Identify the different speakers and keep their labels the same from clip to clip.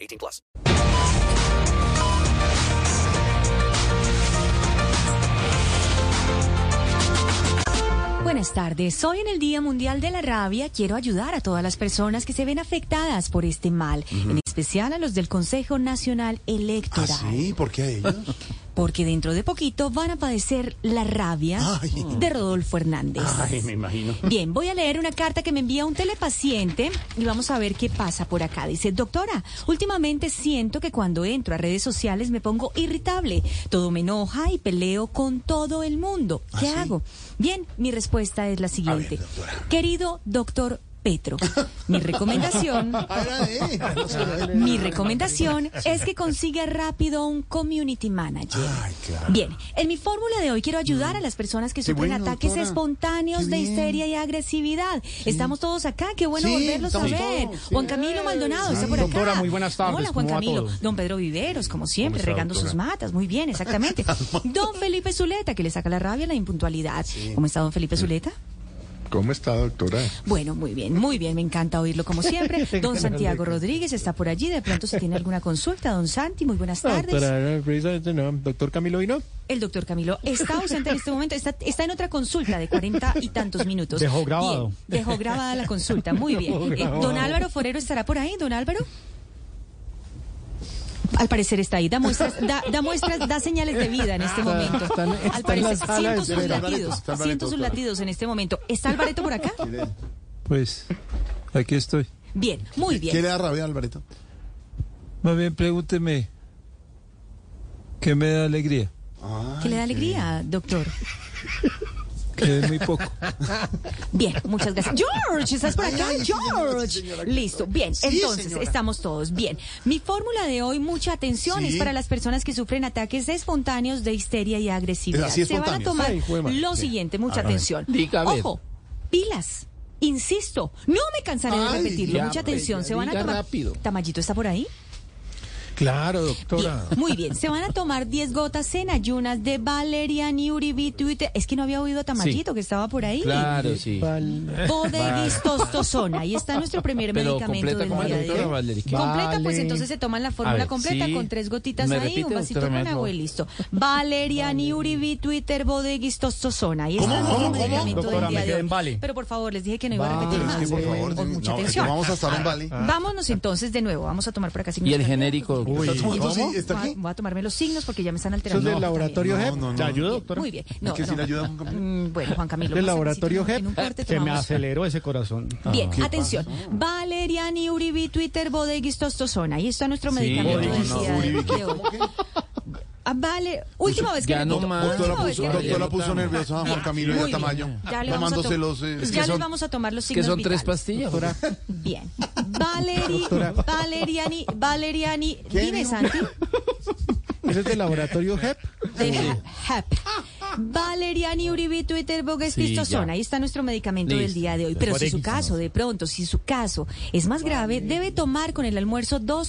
Speaker 1: 18 plus.
Speaker 2: Buenas tardes. Hoy en el Día Mundial de la Rabia quiero ayudar a todas las personas que se ven afectadas por este mal, en especial a los del Consejo Nacional
Speaker 3: ¿Ah,
Speaker 2: Electoral,
Speaker 3: sí? ¿Por qué a ellos?
Speaker 2: porque dentro de poquito van a padecer la rabia
Speaker 3: Ay.
Speaker 2: de Rodolfo Hernández.
Speaker 3: Ay, me imagino.
Speaker 2: Bien, voy a leer una carta que me envía un telepaciente y vamos a ver qué pasa por acá. Dice, doctora, últimamente siento que cuando entro a redes sociales me pongo irritable, todo me enoja y peleo con todo el mundo.
Speaker 3: ¿Ah,
Speaker 2: ¿Qué
Speaker 3: sí?
Speaker 2: hago? Bien, mi respuesta es la siguiente.
Speaker 3: doctora.
Speaker 2: Querido doctor Petro, mi recomendación...
Speaker 3: Ah, era de ella, no sé, era de-
Speaker 2: Mi recomendación es que consiga rápido un community manager.
Speaker 3: Ay, claro.
Speaker 2: Bien, en mi fórmula de hoy quiero ayudar a las personas que sufren
Speaker 3: bueno,
Speaker 2: ataques
Speaker 3: doctora.
Speaker 2: espontáneos
Speaker 3: Qué
Speaker 2: de
Speaker 3: bien.
Speaker 2: histeria y agresividad. Estamos todos acá, qué bueno
Speaker 3: Sí,
Speaker 2: volverlos a
Speaker 3: estamos
Speaker 2: ver.
Speaker 3: todos, sí.
Speaker 2: Juan Camilo Maldonado
Speaker 3: Sí.
Speaker 2: está por acá.
Speaker 4: Doctora, muy buenas tardes,
Speaker 2: Hola, Juan
Speaker 4: ¿cómo va
Speaker 2: Camilo.
Speaker 4: todo?
Speaker 2: Don Pedro Viveros, como siempre,
Speaker 4: está,
Speaker 2: regando sus
Speaker 4: doctora?
Speaker 2: matas. Muy bien, exactamente. Don Felipe Zuleta, que le saca la rabia a la impuntualidad. ¿Cómo está don Felipe Zuleta?
Speaker 5: ¿Cómo está, doctora?
Speaker 2: Bueno, muy bien, muy bien, me encanta oírlo como siempre. Don Santiago Rodríguez está por allí, de pronto si tiene alguna consulta, don Santi, muy buenas tardes.
Speaker 4: Doctora, precisamente, no, Doctor Camilo Hino.
Speaker 2: El doctor Camilo está ausente en este momento, está, está en otra consulta de cuarenta y tantos minutos.
Speaker 4: Dejó grabado.
Speaker 2: Bien, dejó grabada la consulta, muy bien.
Speaker 4: Dejó
Speaker 2: Eh,
Speaker 4: grabado.
Speaker 2: don Álvaro Forero estará por ahí, don Álvaro. Al parecer está ahí, da muestras, da, da muestras, da señales de vida en este momento.
Speaker 4: está en- está
Speaker 2: Al
Speaker 4: en
Speaker 2: parecer,
Speaker 4: la sala
Speaker 2: siento
Speaker 4: de
Speaker 2: sus
Speaker 5: espera.
Speaker 2: latidos,
Speaker 5: Está Alvareto,
Speaker 2: siento sus
Speaker 5: doctora.
Speaker 2: latidos en este momento. ¿Está Alvareto por acá?
Speaker 6: Pues aquí estoy.
Speaker 2: Bien, muy bien.
Speaker 3: ¿Qué le da rabia, Alvarito?
Speaker 6: Más bien pregúnteme qué me da alegría,
Speaker 2: Que le da alegría, doctor.
Speaker 6: que es muy poco.
Speaker 2: Bien, muchas gracias. George, ¿estás por acá?
Speaker 3: Ay, ay, señora,
Speaker 2: George.
Speaker 3: señora.
Speaker 2: Listo, bien.
Speaker 3: Sí,
Speaker 2: Entonces,
Speaker 3: señora.
Speaker 2: estamos todos bien. Mi fórmula de hoy, mucha atención,
Speaker 3: Sí.
Speaker 2: es para las personas que sufren ataques espontáneos de histeria y agresividad.
Speaker 3: Así
Speaker 2: Se van a
Speaker 3: espontáneos.
Speaker 2: tomar
Speaker 4: Ay, jue madre.
Speaker 2: lo
Speaker 3: Sí.
Speaker 2: siguiente, mucha
Speaker 3: A ver.
Speaker 2: atención.
Speaker 4: Diga, a ver.
Speaker 2: Ojo, pilas. Insisto, no me cansaré de
Speaker 3: Ay,
Speaker 2: repetirlo.
Speaker 4: ya,
Speaker 2: Mucha
Speaker 4: pues,
Speaker 2: atención,
Speaker 4: ya,
Speaker 2: se van a
Speaker 4: diga
Speaker 2: tomar.
Speaker 4: rápido.
Speaker 2: Tamayito está por ahí.
Speaker 4: Claro,
Speaker 2: Bien,
Speaker 4: doctora.
Speaker 2: muy bien, se van a tomar 10 gotas en ayunas de Valeria Twitter. Es que no había oído a Tamayito que estaba por ahí.
Speaker 7: Claro, sí.
Speaker 2: Bodeguis tostosona. Ahí está nuestro primer
Speaker 7: Pero
Speaker 2: medicamento
Speaker 7: completa
Speaker 2: del
Speaker 7: como
Speaker 2: día
Speaker 7: la
Speaker 2: de
Speaker 7: doctora
Speaker 2: hoy.
Speaker 7: Valerie, ¿qué?
Speaker 2: Completa, pues
Speaker 4: Vale.
Speaker 2: entonces se toman la fórmula
Speaker 7: ver,
Speaker 2: completa
Speaker 7: sí.
Speaker 2: con tres gotitas
Speaker 7: ¿Me
Speaker 2: ahí,
Speaker 7: repite,
Speaker 2: un vasito
Speaker 7: doctora,
Speaker 2: con
Speaker 7: me-
Speaker 2: agua y listo. Valeria Uribi, Twitter, Bodeguis tostosona. Ahí está nuestro medicamento
Speaker 4: Doctora,
Speaker 2: del día
Speaker 4: me
Speaker 2: de
Speaker 4: quedé
Speaker 2: hoy.
Speaker 4: en Vale.
Speaker 2: Pero por favor, les dije que no iba a repetir
Speaker 3: Pero es
Speaker 2: más.
Speaker 3: que, por favor,
Speaker 2: Con mucha
Speaker 3: no, es que
Speaker 2: atención.
Speaker 3: vamos a estar en Bali.
Speaker 2: Vámonos entonces de nuevo, vamos a tomar por acá signos
Speaker 7: Y el
Speaker 2: cardíacos.
Speaker 7: genérico.
Speaker 3: ¿Está tomando así? ¿Está
Speaker 2: Voy a-
Speaker 3: aquí?
Speaker 2: Voy a tomarme los signos porque ya me están
Speaker 4: Eso es
Speaker 2: alterando.
Speaker 4: del
Speaker 2: también.
Speaker 4: laboratorio
Speaker 3: No,
Speaker 4: Hep.
Speaker 3: no, no.
Speaker 4: ¿Te ayudo,
Speaker 2: Bien,
Speaker 4: doctora?
Speaker 2: Muy bien. No,
Speaker 3: que
Speaker 2: no.
Speaker 3: si le ayuda, Juan Camilo?
Speaker 2: Mm, Bueno, Juan Camilo.
Speaker 4: Del
Speaker 2: más
Speaker 4: laboratorio
Speaker 2: tardecito, en un
Speaker 4: Hep.
Speaker 2: corte
Speaker 4: Se me
Speaker 2: tomamos-
Speaker 4: aceleró ese corazón.
Speaker 3: Ah,
Speaker 2: Bien, atención. Valeriani Uribi, Twitter, Bodeguis, Tostosona. Ahí está nuestro medicamento
Speaker 7: no,
Speaker 2: del
Speaker 7: no,
Speaker 2: día
Speaker 3: Uribi,
Speaker 2: de hoy. Ah, vale, última vez que
Speaker 7: ya no
Speaker 2: repito,
Speaker 7: más.
Speaker 2: última
Speaker 3: Doctora
Speaker 2: vez
Speaker 3: puso,
Speaker 2: que repito.
Speaker 3: doctora puso nerviosa a Juan Camilo y
Speaker 2: Muy
Speaker 3: a
Speaker 2: bien.
Speaker 3: Tamayo.
Speaker 2: Ya le vamos a,
Speaker 3: Tomándose
Speaker 2: tom-
Speaker 3: los... eh,
Speaker 2: ya les vamos a tomar los
Speaker 7: Que
Speaker 2: signos
Speaker 7: son tres
Speaker 2: vitales.
Speaker 7: pastillas.
Speaker 2: Bien. Valeri, Valeriani, Valeriani, dime
Speaker 3: dijo?
Speaker 2: Santi.
Speaker 4: Ese es del laboratorio E HEP.
Speaker 2: De Hep. Valeriani Uribi, Twitter, Bogues,
Speaker 7: Sí,
Speaker 2: Cristosona.
Speaker 7: ya.
Speaker 2: Ahí está nuestro medicamento del
Speaker 7: Listo.
Speaker 2: día de hoy. Pero si su caso, de pronto, si su caso es más grave, debe tomar con el almuerzo dos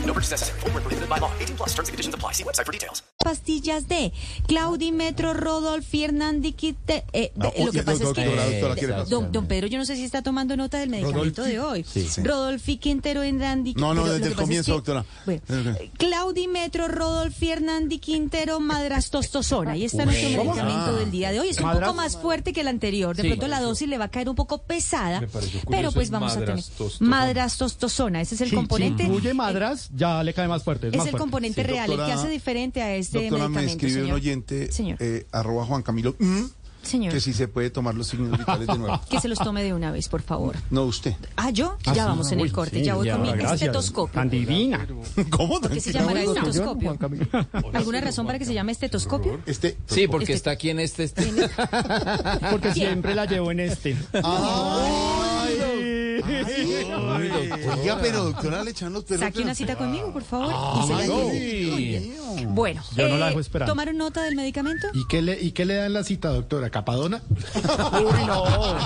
Speaker 1: No purchase necessary. Void were prohibited by law. 18 plus terms and conditions apply. See website for details.
Speaker 2: pastillas de Claudi Metro Rodolfi Hernández Quite- eh, de-
Speaker 3: Ah,
Speaker 2: lo que
Speaker 3: oye,
Speaker 2: pasa es que
Speaker 3: doctora, doctora,
Speaker 7: Eh,
Speaker 3: ¿qué le pasa?
Speaker 2: Don, don Pedro, yo no sé si está tomando nota del medicamento de hoy. Rodolfi Quintero Hernández.
Speaker 3: No, no,
Speaker 2: pero lo
Speaker 3: desde
Speaker 2: que
Speaker 3: el
Speaker 2: pasa es
Speaker 3: comienzo, doctora.
Speaker 2: Bueno,
Speaker 3: Ok.
Speaker 2: eh, Claudi Metro Rodolfi Hernández Quintero Madrastostosona. Ahí está nuestro medicamento del día de hoy. Es un poco más fuerte que el anterior. De pronto la dosis le va a caer un poco pesada. Pero pues vamos a tener. Madrastostosona. Ese es el componente.
Speaker 4: Incluye madras, ya le cae más fuerte. Es,
Speaker 2: Es
Speaker 4: más
Speaker 2: el
Speaker 4: fuerte.
Speaker 2: componente real, el que
Speaker 3: doctora-
Speaker 2: hace diferente a este
Speaker 3: Doctora, me
Speaker 2: medicamento,
Speaker 3: escribe un
Speaker 2: señor.
Speaker 3: oyente,
Speaker 2: Señor.
Speaker 3: eh, arroba Juan Camilo, mm,
Speaker 2: Señor.
Speaker 3: que Ah. si se puede tomar los signos vitales de nuevo.
Speaker 2: Que se los tome de una vez, por favor.
Speaker 3: No usted.
Speaker 2: Ah, yo, ya vamos en el corte, ya voy con mi estetoscopio.
Speaker 4: divina.
Speaker 3: ¿Cómo?
Speaker 2: ¿Por qué se llamará
Speaker 4: bueno,
Speaker 2: estetoscopio?
Speaker 4: Juan Camilo.
Speaker 2: ¿Alguna razón para que se llame estetoscopio?
Speaker 3: Este.
Speaker 7: Sí, porque
Speaker 2: Este-
Speaker 7: está aquí en este estilo.
Speaker 4: Porque siempre la llevo en este.
Speaker 3: Oiga, pero doctora, le echan los perros.
Speaker 2: Saque una cita conmigo, por favor. y se la lleve.
Speaker 7: Sí.
Speaker 2: Bueno,
Speaker 4: Ah,
Speaker 2: eh,
Speaker 4: Yo no la dejo esperando.
Speaker 2: ¿tomaron nota del medicamento?
Speaker 5: ¿Y qué, le, ¿Y qué le dan la cita, doctora? ¿Capadona?
Speaker 4: Uy, no.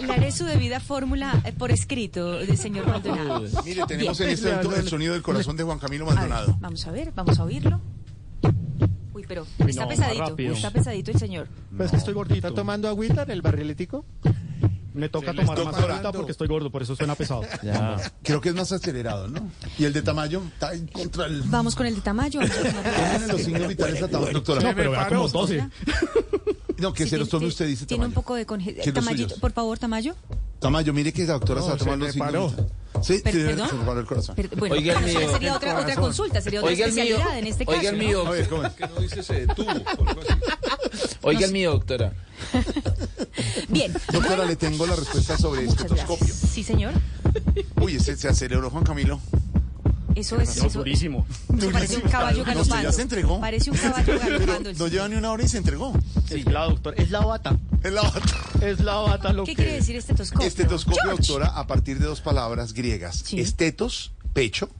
Speaker 2: Le haré su debida fórmula eh, por escrito, de señor Maldonado.
Speaker 3: Mire, tenemos
Speaker 2: Bien.
Speaker 3: en este momento el sonido del corazón de Juan Camilo
Speaker 2: A ver,
Speaker 3: Maldonado.
Speaker 2: vamos a ver, vamos a oírlo. Uy, pero está
Speaker 4: no,
Speaker 2: pesadito,
Speaker 4: rápido.
Speaker 2: está pesadito el señor.
Speaker 4: Pues es que estoy gordito.
Speaker 5: ¿Está
Speaker 4: tomando agüita en el barriletico? Me toca tomar más
Speaker 3: tocando.
Speaker 4: agüita porque estoy gordo, por eso suena pesado. Ah,
Speaker 3: Creo que es más acelerado, ¿no? Y el de Tamayo está en contra el.
Speaker 2: Vamos con el de Tamayo.
Speaker 3: Tienen los signos vitales atados, doctora.
Speaker 4: No, pero vea como 12.
Speaker 3: No, que se los tome usted, dice
Speaker 2: Tiene un
Speaker 3: Tamayo.
Speaker 2: poco de
Speaker 3: Sí,
Speaker 2: congestión.
Speaker 3: los
Speaker 2: Tamayito,
Speaker 3: suyos.
Speaker 2: por favor, Tamayo.
Speaker 3: Tamayo, mire que la doctora se va a
Speaker 6: se
Speaker 3: tomar
Speaker 6: me
Speaker 3: los signos
Speaker 6: paró.
Speaker 3: vitales. Sí,
Speaker 2: Per-
Speaker 3: se le-
Speaker 2: perdón.
Speaker 3: se le paró el corazón.
Speaker 2: Per- bueno,
Speaker 7: Oiga el
Speaker 2: bueno,
Speaker 7: mío.
Speaker 2: sería otra, otra consulta, sería otra
Speaker 7: Oiga el mío.
Speaker 2: especialidad en este caso.
Speaker 7: Oiga el
Speaker 2: ¿no?
Speaker 8: Oh,
Speaker 7: mío.
Speaker 3: A ver, ¿cómo es?
Speaker 7: Oiga el mío, doctora.
Speaker 2: Bien.
Speaker 3: Doctora, le tengo la respuesta sobre
Speaker 2: Muchas
Speaker 3: estetoscopio.
Speaker 2: gracias. Sí, señor.
Speaker 3: Uy, ese se aceleró, Juan Camilo.
Speaker 2: Eso es. Eso,
Speaker 4: Durísimo.
Speaker 2: eso parece un caballo
Speaker 3: No, usted
Speaker 2: galopando.
Speaker 3: ya se entregó.
Speaker 2: Parece un caballo
Speaker 3: Pero
Speaker 2: galopando. el
Speaker 3: no
Speaker 2: señor.
Speaker 3: lleva ni una hora y se entregó.
Speaker 4: Es la doctor. Es la bata.
Speaker 3: Es la otra.
Speaker 4: Es la bata lo
Speaker 2: ¿Qué
Speaker 4: que
Speaker 2: quiere decir estetoscopio?
Speaker 3: Estetoscopio,
Speaker 2: George.
Speaker 3: doctora, a partir de dos palabras griegas.
Speaker 2: Sí.
Speaker 3: Estetos, pecho,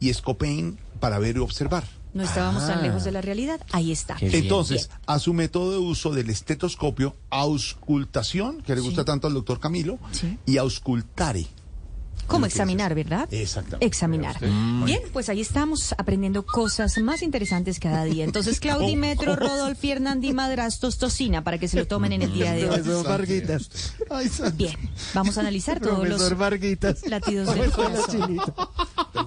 Speaker 3: y escopein, para ver y observar.
Speaker 2: No estábamos tan lejos de la realidad. Ahí está.
Speaker 3: Entonces, a su método de uso del estetoscopio, auscultación, que le gusta tanto al doctor Camilo,
Speaker 2: Sí.
Speaker 3: y auscultare.
Speaker 2: ¿Cómo examinar, verdad?
Speaker 3: Exactamente.
Speaker 2: Examinar. Bien, pues ahí estamos aprendiendo cosas más interesantes cada día. Entonces, Claudi Metro, Rodolfo, Hernandi, Madrastos, Tocina, para que se lo tomen en el día de hoy.
Speaker 4: Profesor Varguitas.
Speaker 2: Bien, vamos a analizar todos
Speaker 4: Profesor
Speaker 2: los
Speaker 4: Varguitas.
Speaker 2: latidos del corazón.
Speaker 3: Pregúntelo,